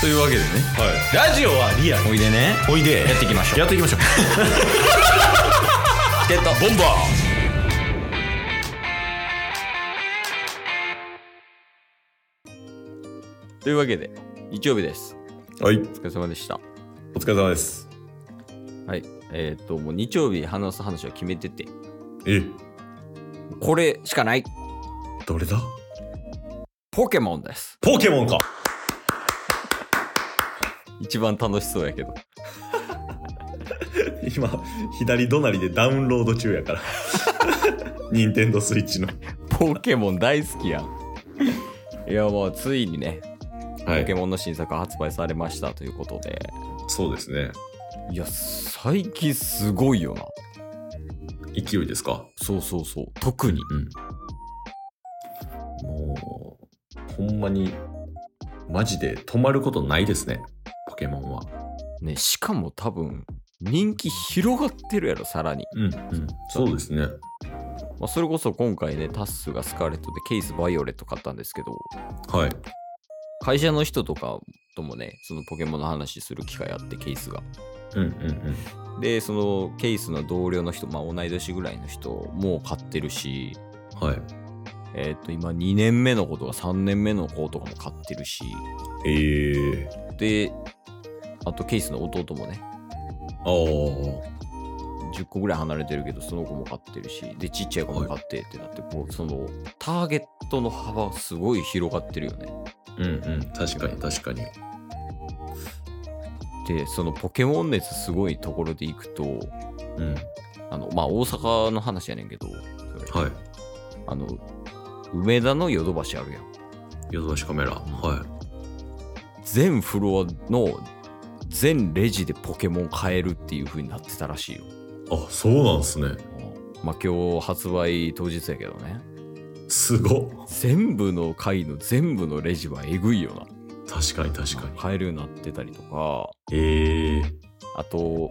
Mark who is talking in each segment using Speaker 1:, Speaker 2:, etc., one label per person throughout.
Speaker 1: というわけでね
Speaker 2: ラジオはリアル
Speaker 1: おいでね
Speaker 2: おいで
Speaker 1: やっていきましょう
Speaker 2: やってい きましょう
Speaker 1: チケットボンバーというわけで日曜日です
Speaker 2: はい
Speaker 1: お疲れ様でした
Speaker 2: お疲れ様です
Speaker 1: はいえっ、ともう日曜日話す話は決めてて
Speaker 2: え
Speaker 1: これしかない
Speaker 2: どれだ
Speaker 1: ポケモンです
Speaker 2: ポケモンか
Speaker 1: 一番楽しそうやけど
Speaker 2: 今左隣でダウンロード中やから 任天堂スイッチの
Speaker 1: ポケモン大好きやん いやもうついにね
Speaker 2: は
Speaker 1: ポケモンの新作が発売されましたということで、
Speaker 2: そうですね
Speaker 1: い、や最近すごいよな
Speaker 2: 勢いですか
Speaker 1: そうそうそう特に
Speaker 2: うんもうほんまにマジで止まることないですねポケモンは
Speaker 1: ねしかも多分人気広がってるやろさらに、
Speaker 2: うんうんそうですね
Speaker 1: まあ、それこそ今回ねタッスがスカーレットでケースバイオレット買ったんですけど
Speaker 2: はい
Speaker 1: 会社の人とかともねそのポケモンの話する機会あってケースが
Speaker 2: うんうん
Speaker 1: でそのケースの同僚の人まあ同い年ぐらいの人もう買ってるし
Speaker 2: うんはい
Speaker 1: えっ、と今2年目の子とか3年目の子とかも買ってるし
Speaker 2: ええー、
Speaker 1: であとケースの弟もね
Speaker 2: ああ
Speaker 1: 10個ぐらい離れてるけどその子も買ってるしでちっちゃい子も買ってってなって、もうそのターゲットの幅すごい広がってるよね
Speaker 2: うんうん確かに確かに
Speaker 1: でそのポケモン熱すごいところでいくと
Speaker 2: うん
Speaker 1: あのまあ大阪の話やねんけどそれ
Speaker 2: はい
Speaker 1: あの梅田のヨドバシあるやん
Speaker 2: ヨドバシカメラは
Speaker 1: 全フロアの全レジでポケモン買えるっていう風になってたらしいよ
Speaker 2: いあそうなんすね
Speaker 1: まあ今日発売当日やけどね
Speaker 2: すごっ
Speaker 1: 全部の回の全部のレジはえぐいよな
Speaker 2: 確かに確かに
Speaker 1: 買えるようになってたりとか
Speaker 2: ええー、
Speaker 1: あと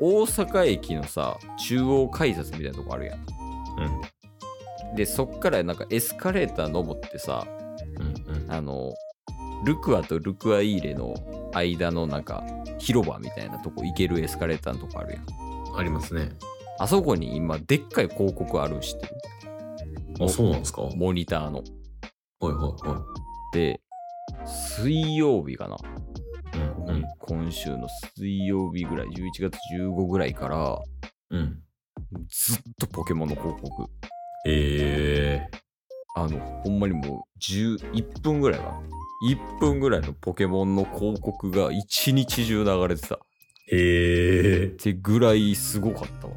Speaker 1: 大阪駅のさ中央改札みたいなとこあるやん
Speaker 2: うん
Speaker 1: でそっからなんかエスカレーター登ってさ
Speaker 2: うんうん
Speaker 1: あのルクアとルクアイーレの間のなんか広場みたいなとこ行けるエスカレーターのとこあるやん
Speaker 2: ありますね
Speaker 1: あそこに今でっかい広告あるん知ってる
Speaker 2: あそうなんですかはい
Speaker 1: モニターの
Speaker 2: はいは
Speaker 1: で水曜日かな、
Speaker 2: いうんうん
Speaker 1: 今週の水曜日ぐらい11月15ぐらいから
Speaker 2: うん
Speaker 1: ずっとポケモンの広告
Speaker 2: ええ
Speaker 1: あの、ほんまにもう11分ぐらいかな。1分ぐらいのポケモンの広告が一日中流れてた。っ
Speaker 2: ー、ええ
Speaker 1: てぐらいすごかったわ。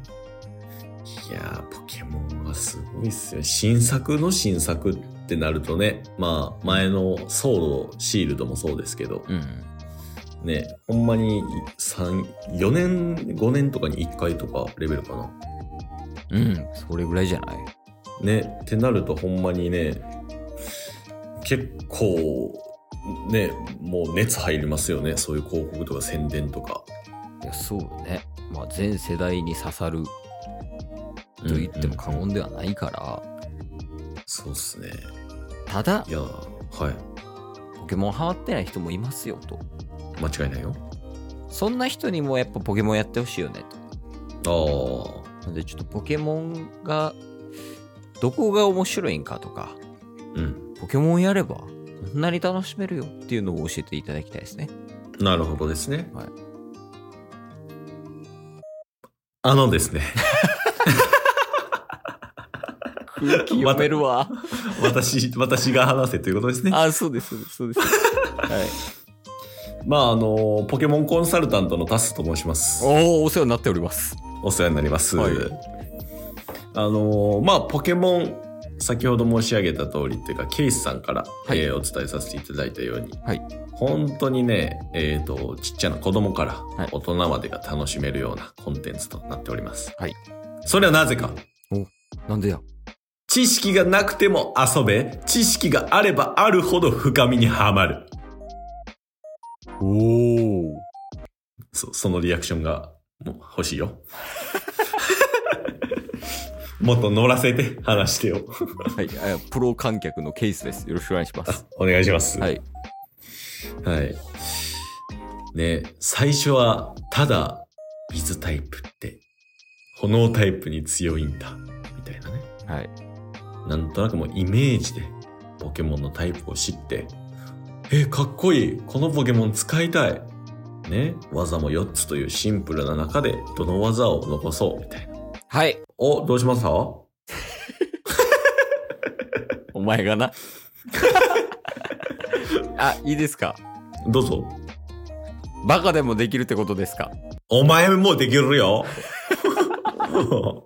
Speaker 2: いやーポケモンはすごいっすよ新作の新作ってなるとねまあ前のソウルシールドもそうですけど
Speaker 1: うん。
Speaker 2: ねほんまに34年5年とかに1回とかレベルかな
Speaker 1: うん。それぐらいじゃない
Speaker 2: ねってなるとほんまにね結構ねもう熱入りますよねそういう広告とか宣伝とか
Speaker 1: いや、そうね。まあ、全世代に刺さると言っても過
Speaker 2: うんうん
Speaker 1: 言ではないから、
Speaker 2: そうっすね
Speaker 1: ただ
Speaker 2: い、やーはい
Speaker 1: ポケモンハマってない人もいますよと。
Speaker 2: 間違いないよ
Speaker 1: そんな人にもやっぱポケモンやってほしいよねと。
Speaker 2: ああ
Speaker 1: なんで、ちょっとポケモンが、どこが面白いんかとか、
Speaker 2: うん
Speaker 1: ポケモンやればこんなに楽しめるよっていうのを教えていただきたいですね。
Speaker 2: なるほどですね
Speaker 1: はい
Speaker 2: あのです ね
Speaker 1: 空気読めるわ。
Speaker 2: 私私が話せということですね
Speaker 1: あ、そうです、そうです。はい、
Speaker 2: まああのーポケモンコンサルタントのタスと申します
Speaker 1: おお、お世話になっております。
Speaker 2: お世話になります。
Speaker 1: はい
Speaker 2: あのーまあ、ポケモン、先ほど申し上げた通りっていうか、ケイスさんから、
Speaker 1: はい
Speaker 2: えーお伝えさせていただいたように、
Speaker 1: はい
Speaker 2: 本当にね、えっ、と、ちっちゃな子供から
Speaker 1: はい
Speaker 2: 大人までが楽しめるようなコンテンツとなっております。
Speaker 1: はい
Speaker 2: それはなぜか、
Speaker 1: なんでや。
Speaker 2: 知識がなくても遊べ、知識があればあるほど深みにはまる。
Speaker 1: おお。
Speaker 2: そそのリアクションがもう欲しい よ。もっと乗らせて話してよ。
Speaker 1: はい、あプロ観客のケースです。よろしくお願いします。
Speaker 2: お願いします。
Speaker 1: はい。
Speaker 2: はい。ね、最初は、ただ、水タイプって、炎タイプに強いんだ、みたいなね。
Speaker 1: はい。
Speaker 2: なんとなくもうイメージで、ポケモンのタイプを知って、え、かっこいいこのポケモン使いたいね、技も4つというシンプルな中で、どの技を残そうみたいな。
Speaker 1: はい。
Speaker 2: お、どうしますか
Speaker 1: お前がな。 あ、いいですか
Speaker 2: どうぞ。
Speaker 1: バカでもできるってことですか
Speaker 2: お前もできるよ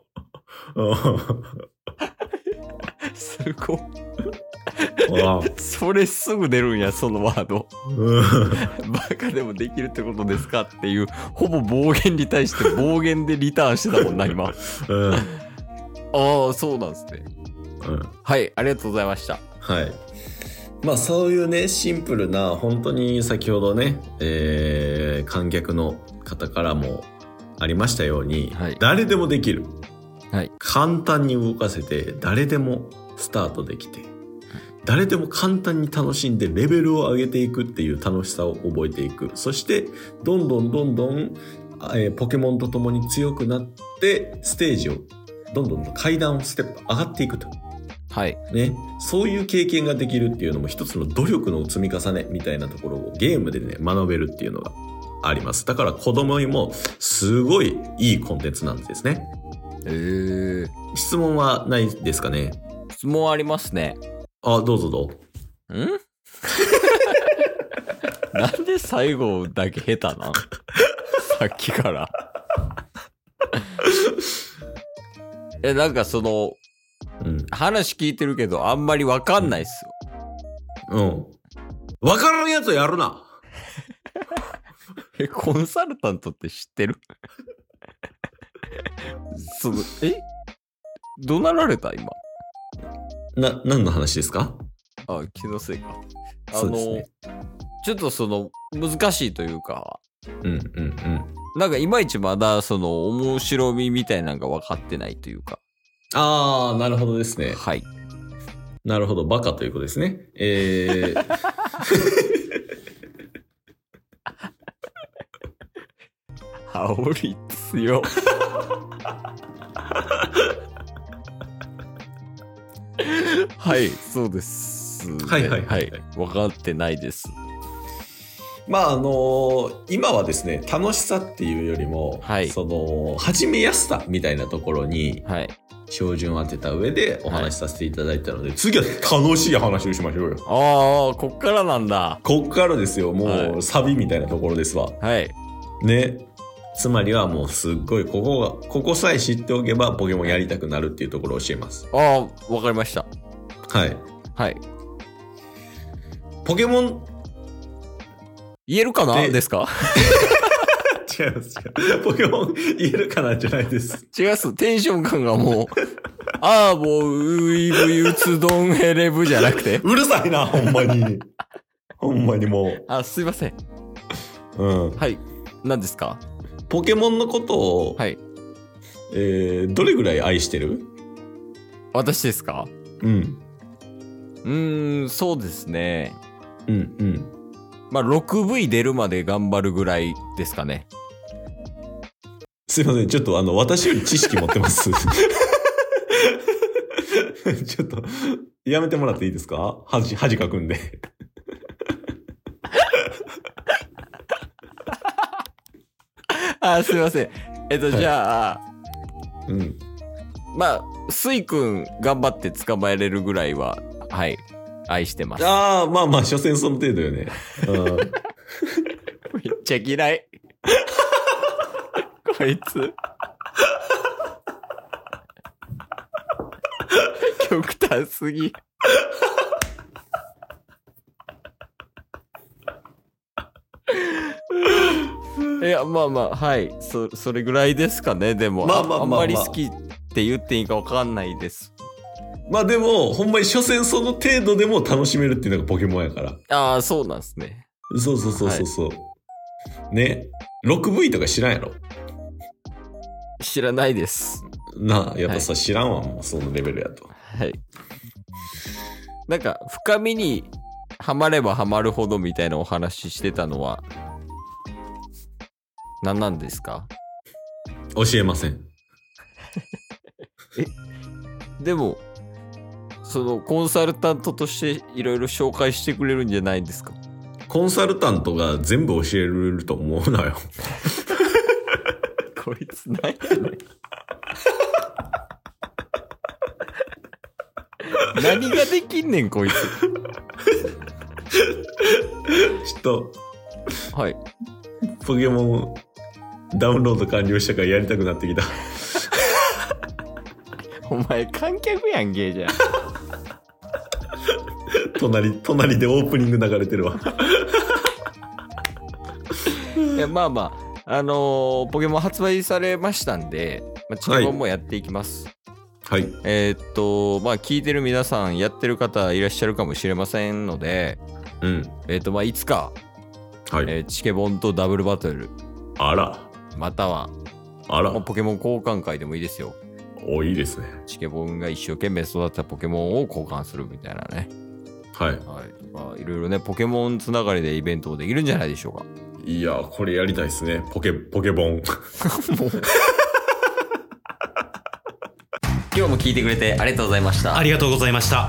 Speaker 1: すごい。 それすぐ出るんや、そのワード。
Speaker 2: Uh,
Speaker 1: バカでもできるってことですかっていう、ほぼ暴言に対して暴言でリターンしてたもんな、今。
Speaker 2: うんうん
Speaker 1: ああ、そうなんですね。はい、ありがとうございました。
Speaker 2: はい。まあそういうね、シンプルな、本当に先ほどね、えー観客の方からもありましたように、
Speaker 1: はい
Speaker 2: 誰でもできる。
Speaker 1: はい
Speaker 2: 簡単に動かせて、誰でもスタートできて、誰でも簡単に楽しんでレベルを上げていくっていう楽しさを覚えていく。そして、どんどんどんどん、あえーポケモンと共に強くなって、ステージを、どんどん階段をステップ上がっていくと。
Speaker 1: はい。
Speaker 2: ね、そういう経験ができるっていうのも一つの努力の積み重ねみたいなところをゲームでね学べるっていうのがありますだから子供にもすごいいいコンテンツなんですね
Speaker 1: えー、
Speaker 2: 質問はないですかね
Speaker 1: 質問ありますね。
Speaker 2: あどうぞどうぞ
Speaker 1: ん なんで最後だけ下手なんさっきから。え、なんかその、
Speaker 2: うん
Speaker 1: 話聞いてるけど、あんまりわかんないっすよ。
Speaker 2: うん分からんやつはやるな
Speaker 1: え、コンサルタントって知って るその、え怒鳴られた今。
Speaker 2: な何の話ですか
Speaker 1: あ、気のせいか。あ
Speaker 2: そう
Speaker 1: の、
Speaker 2: ですね
Speaker 1: ちょっとその、難しいというか、
Speaker 2: うんうん
Speaker 1: なんかいまいちまだその面白みみたいなのが分かってないというか。
Speaker 2: ああなるほどですね
Speaker 1: はい。
Speaker 2: なるほどバカということですねえー、
Speaker 1: 煽り強。はい、そうです、
Speaker 2: はいはい
Speaker 1: は
Speaker 2: はいい。
Speaker 1: 分かってないです。
Speaker 2: まああの今はですね楽しさっていうよりも、
Speaker 1: はい
Speaker 2: その始めやすさみたいなところに
Speaker 1: はい。
Speaker 2: 照準を当てた上でお話しさせていただいたので、次は楽しい話をしましょうよ。
Speaker 1: ああ、こっからなんだ。
Speaker 2: こっからですよもう、
Speaker 1: は
Speaker 2: サビみたいなところですわ。
Speaker 1: はい。
Speaker 2: ね。つまりはもうすっごいここがここさえ知っておけばポケモンやりたくなるっていうところを教えます。
Speaker 1: ああ、分かりました。
Speaker 2: はい。
Speaker 1: はい。
Speaker 2: ポケモン
Speaker 1: 言えるかな
Speaker 2: で
Speaker 1: ですか
Speaker 2: 違います違う ポケモン言えるかなじゃないです。
Speaker 1: 違うっす。テンション感がもう、ああ、もう、ういぶゆつどんへれぶじゃなくて。
Speaker 2: うるさいなほんま に。ほんまにも
Speaker 1: あ、すいません。
Speaker 2: う。うん。
Speaker 1: はい。何ですか
Speaker 2: ポケモンのことを、
Speaker 1: はい。
Speaker 2: えーどれぐらい愛してる
Speaker 1: 私ですか
Speaker 2: うん。
Speaker 1: うーん、そうですね。
Speaker 2: うんうん。
Speaker 1: まあ、6V 出るまで頑張るぐらいですかね。
Speaker 2: すいません。ちょっとあの、私より知識持ってます。 ちょっと、やめてもらっていいですか恥、恥かくんで。
Speaker 1: あ、すいません。えっと、
Speaker 2: はい
Speaker 1: じゃあ、
Speaker 2: うん。
Speaker 1: まあ、スイくん頑張って捕まえれるぐらいは、はい、愛してます。
Speaker 2: ああ、まあまあ、所詮その程度よね。うん
Speaker 1: めっちゃ嫌 い。こいつ。極端す ぎ。いや、まあまあ、はい。そ、それぐらいですかね、でも。
Speaker 2: まあまあまあまあ
Speaker 1: んまり好きって言っていいかわかんないです。
Speaker 2: まあでも、ほんまに所詮その程度でも楽しめるっていうのがポケモンやから。
Speaker 1: ああ、そうなんですね。
Speaker 2: そうそうそうそうそう。ね。6V とか知らんやろ
Speaker 1: 知らないです。
Speaker 2: なあ、やっぱさ、知らんわ、もうそのレベルやと。
Speaker 1: はい。なんか、深みにハマればハマるほどみたいなお話ししてたのは、何なんですか
Speaker 2: 教えません。
Speaker 1: でも、そのコンサルタントとしていろいろ紹介してくれるんじゃないんですか
Speaker 2: コンサルタントが全部教えると思うなよ。
Speaker 1: こいつなんやねん何ができんねんこいつ
Speaker 2: ちょっと、
Speaker 1: はい
Speaker 2: ポケモンダウンロード完了したからやりたくなってきた。
Speaker 1: お前観客やんけじゃん
Speaker 2: 隣、隣でオープニング流れてるわ。
Speaker 1: いやまあまああのーポケモン発売されましたんで、まあ、チケボンもやっていきます、
Speaker 2: はい。
Speaker 1: えーっとまあ聞いてる皆さんやってる方いらっしゃるかもしれませんので
Speaker 2: うん。
Speaker 1: えーっとまあいつか、
Speaker 2: はい。
Speaker 1: えーチケボンとダブルバトル
Speaker 2: あら。
Speaker 1: または
Speaker 2: あら
Speaker 1: もう。ポケモン交換会でもいいですよ
Speaker 2: お、いいですね。
Speaker 1: チケボンが一生懸命育てたポケモンを交換するみたいなね
Speaker 2: は
Speaker 1: はい、とかいろいろねポケモンつながりでイベントもできるんじゃないでしょうか
Speaker 2: い。いや、これやりたいですね。ポケ、ポケボン。
Speaker 1: 今日も聞いてくれてありがとうございました
Speaker 3: ありがとうございました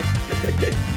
Speaker 3: す